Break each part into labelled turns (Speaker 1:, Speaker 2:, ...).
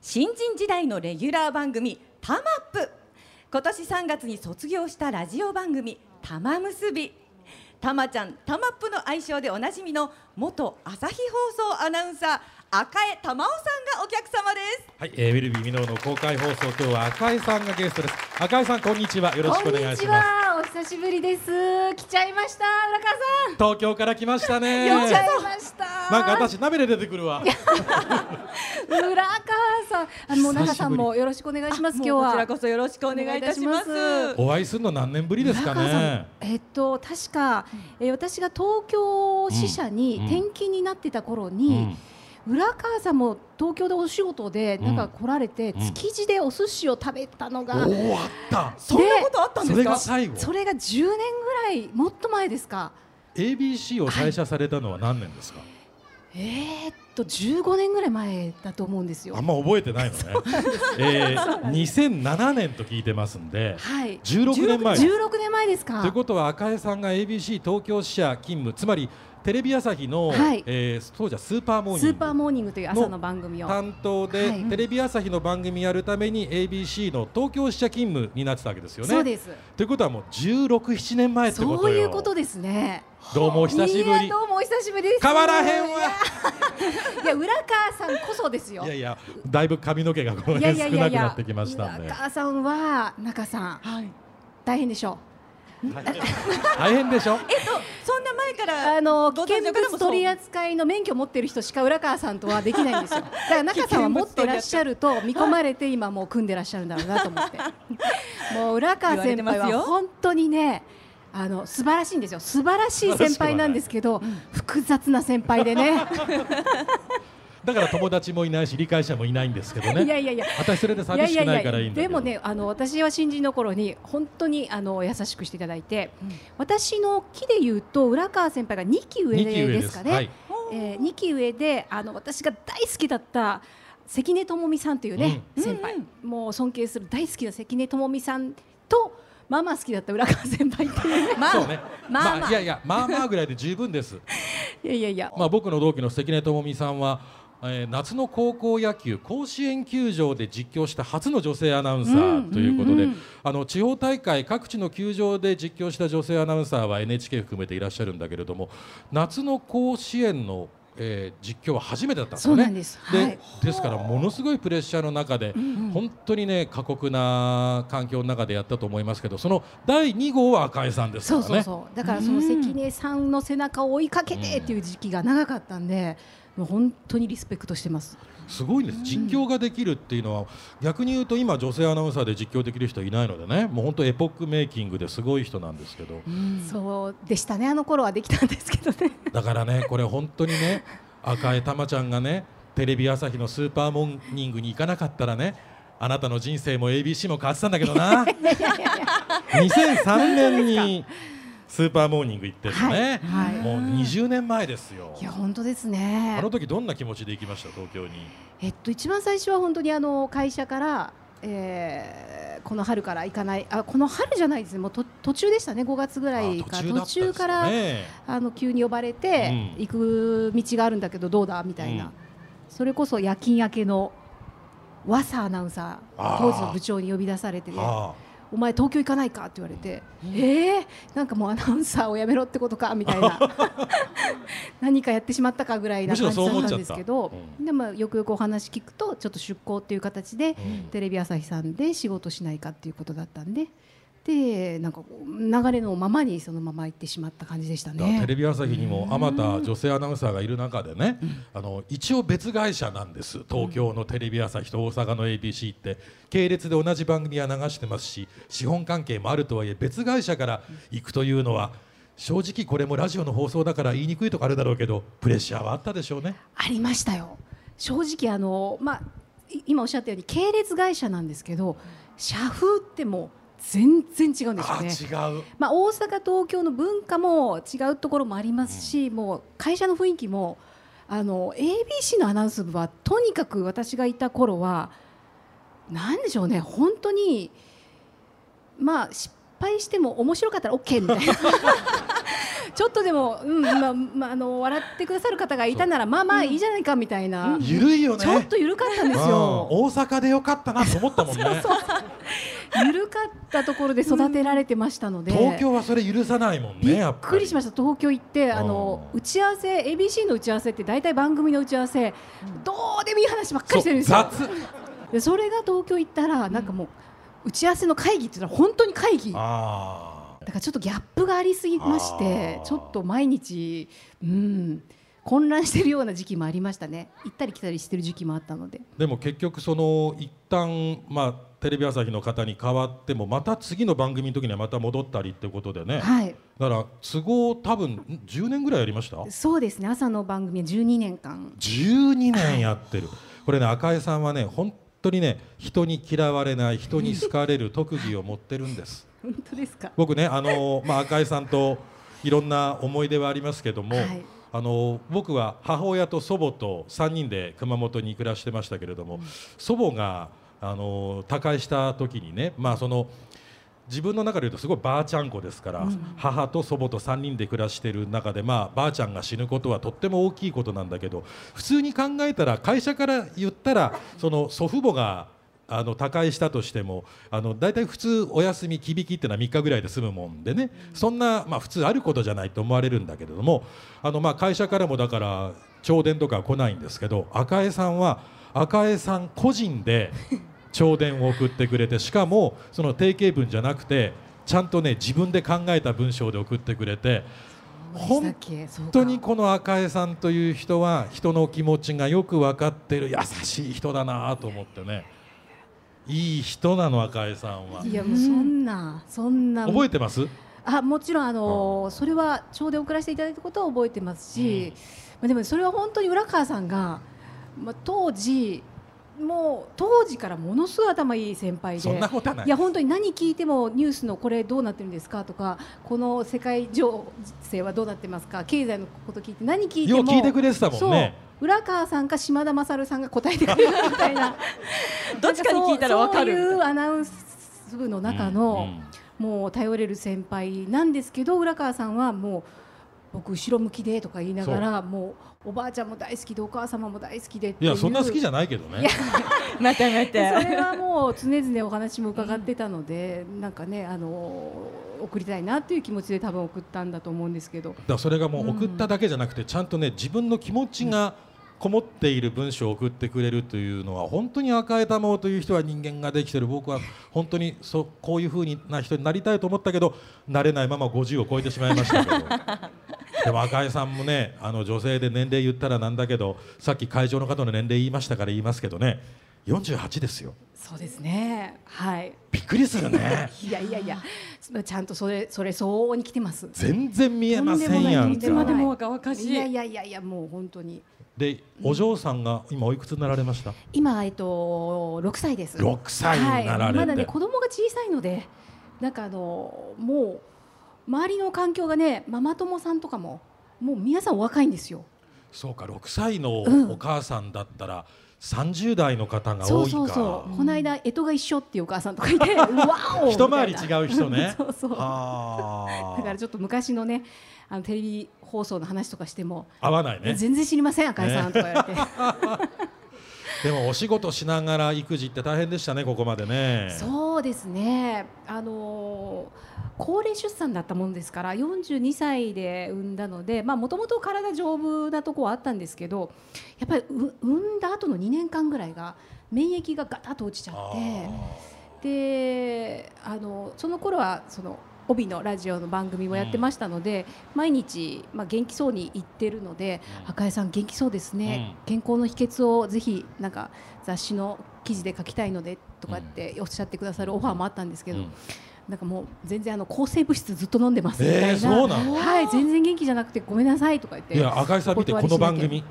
Speaker 1: 新人時代のレギュラー番組「たまっぷ」今年3月に卒業したラジオ番組「たまむすび」たまちゃんたまっぷの愛称でおなじみの元朝日放送アナウンサー赤江玉緒さんがお客様です
Speaker 2: はい、えー、ウィルビーミノーの公開放送、今日は赤井さんがゲストです。赤井さん、こんにちは。よろしくお願いします。
Speaker 3: は、お久しぶりです。来ちゃいました、浦川さん。
Speaker 2: 東京から来ましたね。
Speaker 3: 来ちゃ
Speaker 2: ない
Speaker 3: ました。
Speaker 2: んか私、鍋で出てくるわ。
Speaker 3: 浦川さん、あの、もう中さんもよろしくお願いします。今日
Speaker 1: もうこちら
Speaker 3: は。
Speaker 1: こそよろしくお願いいたします
Speaker 3: お願いいた
Speaker 2: お会いするの何年ぶりですか
Speaker 3: 浦川
Speaker 2: ね。
Speaker 3: えっと、確か、えー私が東京支社に
Speaker 2: うん
Speaker 3: 転勤になってた頃
Speaker 2: う
Speaker 3: に
Speaker 2: ん。、
Speaker 3: 浦川さんも東京でお仕事で、なん
Speaker 2: う
Speaker 3: か
Speaker 2: ん
Speaker 3: 来られて、
Speaker 2: ん
Speaker 3: 築地でお寿司を食べたのが。
Speaker 2: おお、あった。
Speaker 1: そんなことあったん
Speaker 2: そ
Speaker 1: です
Speaker 2: れが
Speaker 1: か
Speaker 2: 最後。
Speaker 3: それが10年ぐらい、もっと前ですか。
Speaker 2: ABC を退社されたのは何年ですか。
Speaker 3: えー、っと、15年ぐらい前だと思うんですよ
Speaker 2: あん。ま覚えてないのね。えー、2007年と聞いてますんで、
Speaker 3: はい。
Speaker 2: 16年前。
Speaker 3: 16年前ですか。
Speaker 2: ということは赤江さんが ABC 東京支社勤務つまりテレビ朝日の、
Speaker 3: はい
Speaker 2: えー当時はスーパーモーニング
Speaker 3: スーパーモーニングという朝の番組を。
Speaker 2: 担当で、
Speaker 3: はい
Speaker 2: テレビ朝日の番組やるために ABC の東京支社勤務になってたわけですよね。
Speaker 3: そうです。
Speaker 2: ということはもう16、7年前ってことよ
Speaker 3: そういうことですね。
Speaker 2: どうもお久しぶ
Speaker 3: い
Speaker 2: り
Speaker 3: やどうもお久しぶりです。
Speaker 2: 変わらへんわ
Speaker 3: いや。いや浦川さんこそですよ。
Speaker 2: いやいやだいぶ髪の毛がこの辺少なくなってきましたんで
Speaker 3: 浦川さんは中さん
Speaker 1: はい
Speaker 3: 大変でしょ
Speaker 2: 大変でしょ
Speaker 1: えっとそんな前か
Speaker 3: う。
Speaker 1: ら
Speaker 3: あの危
Speaker 1: ご存知の
Speaker 3: 険
Speaker 1: 方もそ
Speaker 3: 物
Speaker 1: う
Speaker 3: 取り扱いの免許持ってる人しか浦川さんとはできないんで すよ。だから中さんは持ってらっしゃると見込まれて今もう組んでらっしゃるんだろうなと思って。もう浦川先
Speaker 1: 言われ
Speaker 3: 輩
Speaker 1: てますよ
Speaker 3: は本当にね。あの素晴らしいんですよ素晴らしい先輩なんですけど複雑な先輩で ね
Speaker 2: だから友達もいないし理解者もいないんですけどね
Speaker 3: いやいやいや
Speaker 2: 私それで寂しくないからいいんだけど
Speaker 3: でもねあの私は新人の頃に本当にあの優しくしていただいて、私の木で言うと浦川先輩が2期上
Speaker 2: 二期上
Speaker 3: で
Speaker 2: ですす
Speaker 3: か
Speaker 2: は
Speaker 3: ね
Speaker 2: い、
Speaker 1: おー
Speaker 3: えー、2期上であの私が大好きだった関根智美さんというね、
Speaker 1: うん
Speaker 3: 先輩、
Speaker 1: うん
Speaker 3: もう尊敬する大好きな関根智美さんとママ好きだった浦川先輩っていうね
Speaker 1: まあ
Speaker 2: そうね
Speaker 1: まあまあ
Speaker 2: いやいやまあまあぐらいで十分です
Speaker 3: いやいやいや、
Speaker 2: まあ、僕の同期の関根智美さんは、えー夏の高校野球甲子園球場で実況した初の女性アナウンサーということで、
Speaker 3: うんうんうん
Speaker 2: あの地方大会各地の球場で実況した女性アナウンサーは NHK 含めていらっしゃるんだけれども夏の甲子園の、えー実況は初めてだったんです
Speaker 3: そ
Speaker 2: よ
Speaker 3: う
Speaker 2: ね。
Speaker 3: なんです、
Speaker 2: で
Speaker 3: はい、
Speaker 2: ですからものすごいプレッシャーの中で、本当にね過酷な環境の中でやったと思いますけどその第2号は赤江さんですか
Speaker 3: そう
Speaker 2: らね。
Speaker 3: そうそうだからその関根さんの背中を追いかけてっていう時期が長かったんで、もう本当にリスペクトしてます
Speaker 2: すごいんです、実況ができるっていうのは逆に言うと今女性アナウンサーで実況できる人いないのでねもう本当エポックメイキングですごい人なんですけど
Speaker 3: そうでしたねあの頃はできたんですけどね
Speaker 2: だからねこれ本当にね赤江玉ちゃんがねテレビ朝日のスーパーモーニングに行かなかったらねあなたの人生も ABC も変わってたんだけどな 2003年にスーパーモーニング行ってるのね、
Speaker 3: はいはい
Speaker 2: もう20年前ですよ
Speaker 3: いや本当です
Speaker 2: あ
Speaker 3: ね
Speaker 2: の時どんな気持ちで行きました東京に
Speaker 3: えっと一番最初は本当にあの会社から、えーこの春から行かないあこの春じゃないですねもうと途中でしたね5月ぐらいか
Speaker 2: あ
Speaker 3: 途中,、
Speaker 2: だったんですよね
Speaker 3: からあの急に呼ばれて、
Speaker 2: うん
Speaker 3: 行く道があるんだけどどうだみたい
Speaker 2: う
Speaker 3: な、
Speaker 2: ん
Speaker 3: それこそ夜勤明けの和佐アナウンサ
Speaker 2: あ
Speaker 3: ー
Speaker 2: ー
Speaker 3: 当時の部長に呼び出されてね
Speaker 2: はあ
Speaker 3: 「お前東京行かないか?」って言われて「えー、なんかもうアナウンサーをやめろってことか」みたいな 何かやってしまったかぐらいな感じだったんですけ
Speaker 2: むしろそう思っ
Speaker 3: ど
Speaker 2: ちゃった、
Speaker 3: でもよくよくお話聞くとちょっと出向っていう形で、
Speaker 2: うん
Speaker 3: テレビ朝日さんで仕事しないかっていうことだったんで。でなんかこう流れのままにそのまま行ってしまった感じでした
Speaker 2: だから
Speaker 3: ね
Speaker 2: テ。レビ朝日にもあまた女性アナウンサーがいる中でね、あの一応別会社なんです東京のテレビ朝日と大阪の ABC って系列で同じ番組は流してますし資本関係もあるとはいえ別会社から行くというのは正直これもラジオの放送だから言いにくいとかあるだろうけどプレッシャーはあったでしょうね。
Speaker 3: ありましたよ正直あの、まあ、い今おっしゃったように系列会社なんですけど社風ってもう全然違うんですよ
Speaker 2: あ
Speaker 3: ね。
Speaker 2: 違う
Speaker 3: まあ、大阪東京の文化も違うところもありますし、もう会社の雰囲気もあの ABC のアナウンス部はとにかく私がいた頃は何でしょうね本当にまあ失敗しても面白かったら OK みたいなちょっとでも、うんまあまあ、あの笑ってくださる方がいたならまあまあいいじゃないかみたいな、
Speaker 2: ゆるいよね
Speaker 3: ちょっと緩かったんですよ。
Speaker 2: うん大阪でよかったなと思ったもんね
Speaker 3: 緩かったところで育てられてましたので、
Speaker 2: 東京はそれ許さないもん
Speaker 3: び
Speaker 2: ね
Speaker 3: っくりしま
Speaker 2: し
Speaker 3: した東京行ってあの
Speaker 2: うん
Speaker 3: 打ち合わせ ABC の打ち合わせって大体番組の打ち合わせどうでもいい話ばっかりしてるんですよ
Speaker 2: 雑
Speaker 3: でそれが東京行ったらなんかもう打ち合わせの会議っていうのは本当に会議だ
Speaker 2: あ
Speaker 3: からちょっとギャップがありすぎまして
Speaker 2: あー
Speaker 3: ちょっと毎日うん混乱してるような時期もありましたね行ったり来たりしてる時期もあったので
Speaker 2: ーでも結局その一旦まあテレビ朝日の方に変わってもまた次の番組の時にはまた戻ったりってことでね、
Speaker 3: はい
Speaker 2: だから都合多分ん10年ぐらいやりました
Speaker 3: そうですね朝の番組は12年間
Speaker 2: 12年やってるこれね赤江さんはね本当にね人に嫌われない人に好かれる特技を持ってるんです
Speaker 3: 本当ですか
Speaker 2: 僕ねあの、まあ、赤井さんといろんな思い出はありますけども、
Speaker 3: はい
Speaker 2: あの僕は母親と祖母と3人で熊本に暮らしてましたけれども、祖母があの他界した時にね、まあ、その自分の中で言うとすごいばあちゃん子ですから、母と祖母と3人で暮らしてる中で、まあ、ばあちゃんが死ぬことはとっても大きいことなんだけど普通に考えたら会社から言ったらその祖父母があの他界したとしてもあの大体普通お休み忌引きってのは3日ぐらいで済むもんでねそんな、まあ、普通あることじゃないと思われるんだけれどもあの、まあ、会社からもだから弔電とかは来ないんですけど赤江さんは赤江さん個人で弔電を送ってくれてしかもその定型文じゃなくてちゃんとね自分で考えた文章で送ってくれて
Speaker 3: そうで
Speaker 2: 本
Speaker 3: したっけ
Speaker 2: 本当にこの赤江さんという人は人の気持ちがよく分かってる優しい人だなと思ってねいい人なの赤江さんは
Speaker 3: そうかいやもうそんなそんな
Speaker 2: 覚えてます
Speaker 3: あもちろんあの、それは朝で送らせていただいたことは覚えてますし、まあ、でもそれは本当に浦川さんが、まあ、当時もう当時からものすごい頭いい先輩で
Speaker 2: そんなことはない
Speaker 3: いや本当に何聞いてもニュースのこれどうなってるんですかとかこの世界情勢はどうなってますか経済のこと聞いて何聞いても
Speaker 2: よう聞いてくれてたもんね
Speaker 3: そう浦川さんか島田勝さんが答えてくれるみた いな
Speaker 1: どっちかに聞いたらわかる
Speaker 3: なんそうそういうアナウンス部の中の、
Speaker 2: うんうん
Speaker 3: もう頼れる先輩なんですけど浦川さんはもう僕後ろ向きでとか言いながらもうおばあちゃんも大好きでお母様も大好きでって
Speaker 2: い
Speaker 3: いう
Speaker 2: やそんな好きじ
Speaker 3: ゃ
Speaker 2: ゃないけどね
Speaker 3: いや
Speaker 1: またまた
Speaker 3: それはもう常々お話も伺ってたので、なんかねあの送りたいなという気持ちで多分送ったんだと思うんですけど
Speaker 2: だからそれがもう送っただけじゃなくて、ちゃんとね自分の気持ちがこもっている文章を送ってくれるというのは本当に赤江玉緒という人は人間ができてる僕は本当にそうこういうふうな人になりたいと思ったけどなれないまま50を超えてしまいましたけど でも赤江さんもねあの女性で年齢言ったらなんだけどさっき会場の方の年齢言いましたから言いますけどね48ですよ
Speaker 3: そうですねはい
Speaker 2: びっくりするね
Speaker 3: いやいやいやちゃんとそれそれ相応に来てます
Speaker 2: 全然見えませんや
Speaker 3: と
Speaker 2: ん
Speaker 3: ん
Speaker 1: で
Speaker 2: か
Speaker 1: もでも若々し
Speaker 3: い
Speaker 1: い
Speaker 3: やいやいやいやもう本当に
Speaker 2: でお嬢さんが今おいくつになられました
Speaker 3: 今えっと六歳です。
Speaker 2: 6歳になられて、
Speaker 3: はい、まだね子供が小さいので、なんかあのもう周りの環境がね、ママ友さんとかももう皆さんお若いんですよ。
Speaker 2: そうか6歳の
Speaker 3: うん
Speaker 2: お母さんだったら30代の方が
Speaker 3: そ
Speaker 2: 多
Speaker 3: う
Speaker 2: いか、
Speaker 3: そうそう。この間江戸が一緒っていうお母さんとかい て、うわお。
Speaker 2: 一回り
Speaker 3: みたいな
Speaker 2: 違う人ね
Speaker 3: そうそう。だ
Speaker 2: あ
Speaker 3: から
Speaker 2: ー
Speaker 3: ちょっと昔のね、あのテレビ放送の話とかしても、
Speaker 2: 合わないね
Speaker 3: 全然知りません赤井さんとか言われて。
Speaker 2: でもお仕事しながら育児って大変でしたねここまでね
Speaker 3: そうですね、あのー高齢出産だったもんですから42歳で産んだのでもともと体丈夫なとこはあったんですけどやっぱりう産んだ後の2年間ぐらいが免疫がガタッと落ちちゃ
Speaker 2: あ
Speaker 3: ってであのその頃はその帯のラジオの番組もやってましたので、毎日、まあ、元気そうに行ってるので、
Speaker 2: うん
Speaker 3: 赤江さん元気そうですね、健康の秘訣をぜひなんか雑誌の記事で書きたいのでとかっておっしゃってくださるオファーもあったんですけ
Speaker 2: ー
Speaker 3: ど、
Speaker 2: うん
Speaker 3: なんかもう全然あの抗生物質ずっと飲んでますみたいな、
Speaker 2: えー、そうなの
Speaker 3: はい全然元気じゃなくてごめんなさいとか言って
Speaker 2: いや赤井さん見て
Speaker 3: お
Speaker 2: こ
Speaker 3: 断り
Speaker 2: の
Speaker 3: しなきゃ
Speaker 2: 番組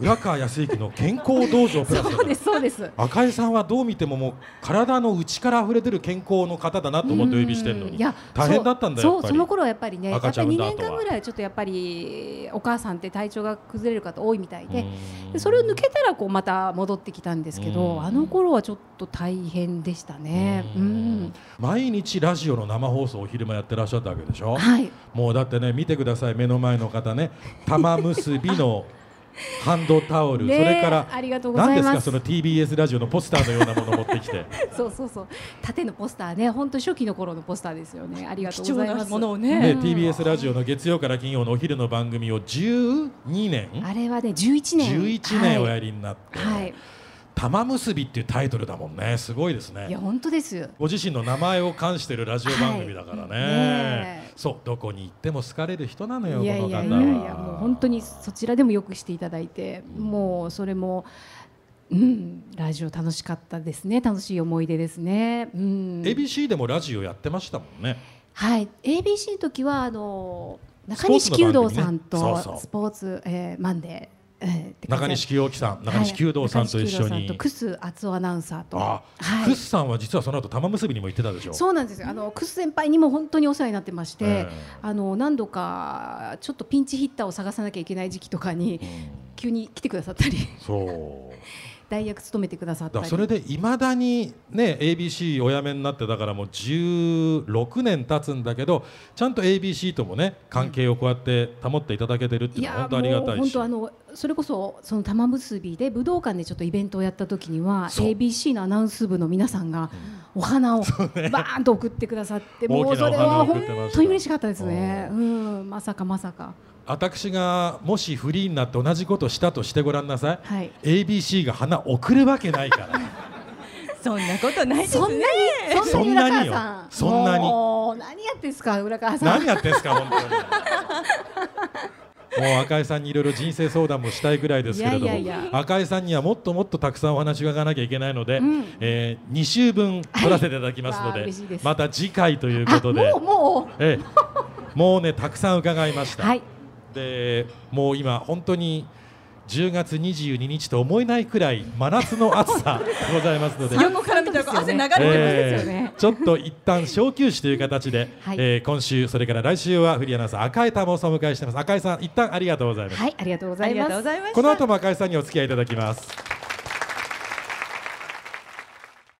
Speaker 2: 浦川康之の健康道場プラスだから
Speaker 3: そうですそうです
Speaker 2: 赤井さんはどう見てももう体の内から溢れてる健康の方だなと思ってお呼びしてるの
Speaker 3: うん
Speaker 2: に
Speaker 3: いや
Speaker 2: 大変だったんだ
Speaker 3: そう
Speaker 2: やっぱ
Speaker 3: そう
Speaker 2: り
Speaker 3: その頃はやっぱりねやっぱ
Speaker 2: 赤ちゃ
Speaker 3: り
Speaker 2: ん産
Speaker 3: 2
Speaker 2: んだ
Speaker 3: 年
Speaker 2: 後は
Speaker 3: 間ぐらいちょっとやっぱりお母さんって体調が崩れる方多いみたいで,、
Speaker 2: うん
Speaker 3: でそれを抜けたらこうまた戻ってきたんですけど、
Speaker 2: うん
Speaker 3: あの頃はちょっと大変でしたね。う
Speaker 2: うんん毎日ラジオの生放送をお昼間やってらっしゃったわけでしょ
Speaker 3: はい
Speaker 2: もうだってね見てください目の前の方ね玉結び のハンドタオル、
Speaker 3: ねえ
Speaker 2: それから
Speaker 3: ありがとうござ
Speaker 2: 何
Speaker 3: い
Speaker 2: です
Speaker 3: ます
Speaker 2: かその TBS ラジオのポスターのようなものを持ってきて
Speaker 3: そうそうそう縦のポスターね本当初期の頃のポスターですよねありがとう
Speaker 1: 貴
Speaker 3: ござ
Speaker 1: 重
Speaker 3: い
Speaker 1: な
Speaker 3: ます
Speaker 1: ものをね
Speaker 2: ね TBS ラジオの月曜から金曜のお昼の番組を12年
Speaker 3: あれはね11年
Speaker 2: 11年お
Speaker 3: は
Speaker 2: や
Speaker 3: い、
Speaker 2: りになって、
Speaker 3: はい、
Speaker 2: 玉結びっていうタイトルだもんねすごいです
Speaker 3: いや
Speaker 2: ね
Speaker 3: 本当ですよ
Speaker 2: ご自身の名前を冠してるラジオ番組だからね,、
Speaker 3: はいねえ
Speaker 2: そうどこに行っても好かれる人なのよ
Speaker 3: いや
Speaker 2: この
Speaker 3: い
Speaker 2: 方
Speaker 3: や
Speaker 2: はい
Speaker 3: やいやもう本当にそちらでもよくしていただいてもうそれも、うん、ラジオ楽しかったですね楽しい思い出ですね。うん、
Speaker 2: ABC でもラジオやってましたもんね
Speaker 3: はい、ABC の時はあの
Speaker 2: ス
Speaker 3: 中
Speaker 2: ポーツ
Speaker 3: 西
Speaker 2: の番組ね
Speaker 3: 弓道さん
Speaker 2: そうそう
Speaker 3: とスポーツ、えーマンデー、えーって感じ
Speaker 2: 中
Speaker 3: で
Speaker 2: 西清樹さん
Speaker 3: はい
Speaker 2: 中西弓道さんと一緒
Speaker 3: 中西弓道
Speaker 2: に、
Speaker 3: さんと楠敦夫アナウンサーと。
Speaker 2: あ、
Speaker 3: はい
Speaker 2: クスさんは実はその後玉結びにも行ってたでしょ
Speaker 3: そうなんですよ。あのクス先輩にも本当にお世話になってまして、
Speaker 2: え
Speaker 3: あの何度かちょっとピンチヒッターを探さなきゃいけない時期とかに
Speaker 2: うん
Speaker 3: 急に来てくださったり、
Speaker 2: そう
Speaker 3: 代役務めてくださっ
Speaker 2: だか
Speaker 3: た
Speaker 2: ら
Speaker 3: り。
Speaker 2: それでいまだにね ABC お辞めになってだからもう16年経つんだけどちゃんと ABC ともね関係をこうやって保っていただけてるっていうのは本当ありがた
Speaker 3: もう
Speaker 2: い
Speaker 3: 本
Speaker 2: し
Speaker 3: 当あのそれこそその玉結びで武道館でちょっとイベントをやった時には
Speaker 2: そう
Speaker 3: ABC のアナウンス部の皆さんがお花 をバーンと送ってくださって、も
Speaker 2: 大
Speaker 3: う
Speaker 2: きな
Speaker 3: そ
Speaker 2: お
Speaker 3: れ
Speaker 2: 花を
Speaker 3: は
Speaker 2: 送っ
Speaker 3: 本
Speaker 2: てました
Speaker 3: 当に嬉しかったですね。うん、まさかまさか。
Speaker 2: 私がもしフリーになって同じことしたとしてごらんなさい
Speaker 3: はい。
Speaker 2: ABC が花送るわけないから
Speaker 1: そんなことないです
Speaker 3: そん
Speaker 1: ね
Speaker 3: なにそんなに
Speaker 2: そんなによそ
Speaker 3: 浦川さん。
Speaker 2: んなに
Speaker 3: もう何やってんですか浦川さん。
Speaker 2: 何やってんすか本 当にもう赤井さんにいろいろ人生相談もしたいぐらいですけれども
Speaker 3: いやいやいや
Speaker 2: 赤井さんにはもっともっとたくさんお話伺わなきゃいけないので、
Speaker 3: ん
Speaker 2: えー、2週分取らせていただきますの
Speaker 3: はいわあ
Speaker 2: で,、
Speaker 3: 嬉しいです
Speaker 2: また次回というこ
Speaker 3: あ
Speaker 2: とで
Speaker 3: もうも
Speaker 2: ええ、もうねたくさん伺いまし
Speaker 3: う
Speaker 2: た、
Speaker 3: はい。
Speaker 2: でもう今本当に10月22日と思えないくらい真夏の暑さございます ので。
Speaker 1: 横から見たら
Speaker 3: そうで
Speaker 1: 汗
Speaker 3: す
Speaker 1: 流
Speaker 3: よね
Speaker 1: れてます
Speaker 2: え
Speaker 1: よ
Speaker 2: ー
Speaker 1: ね、
Speaker 2: ちょっと一旦小休止という形で、
Speaker 3: はい
Speaker 2: えー今週それから来週はフリーアナウンサー赤井玉緒さんをお迎えしてます赤井さん一旦ありがとうございます、
Speaker 3: はいありがとうござ
Speaker 1: あ
Speaker 3: い
Speaker 1: りが
Speaker 3: ま
Speaker 1: とう
Speaker 3: す
Speaker 1: ご。ざいました
Speaker 2: この後も赤井さんにお付き合いいただきます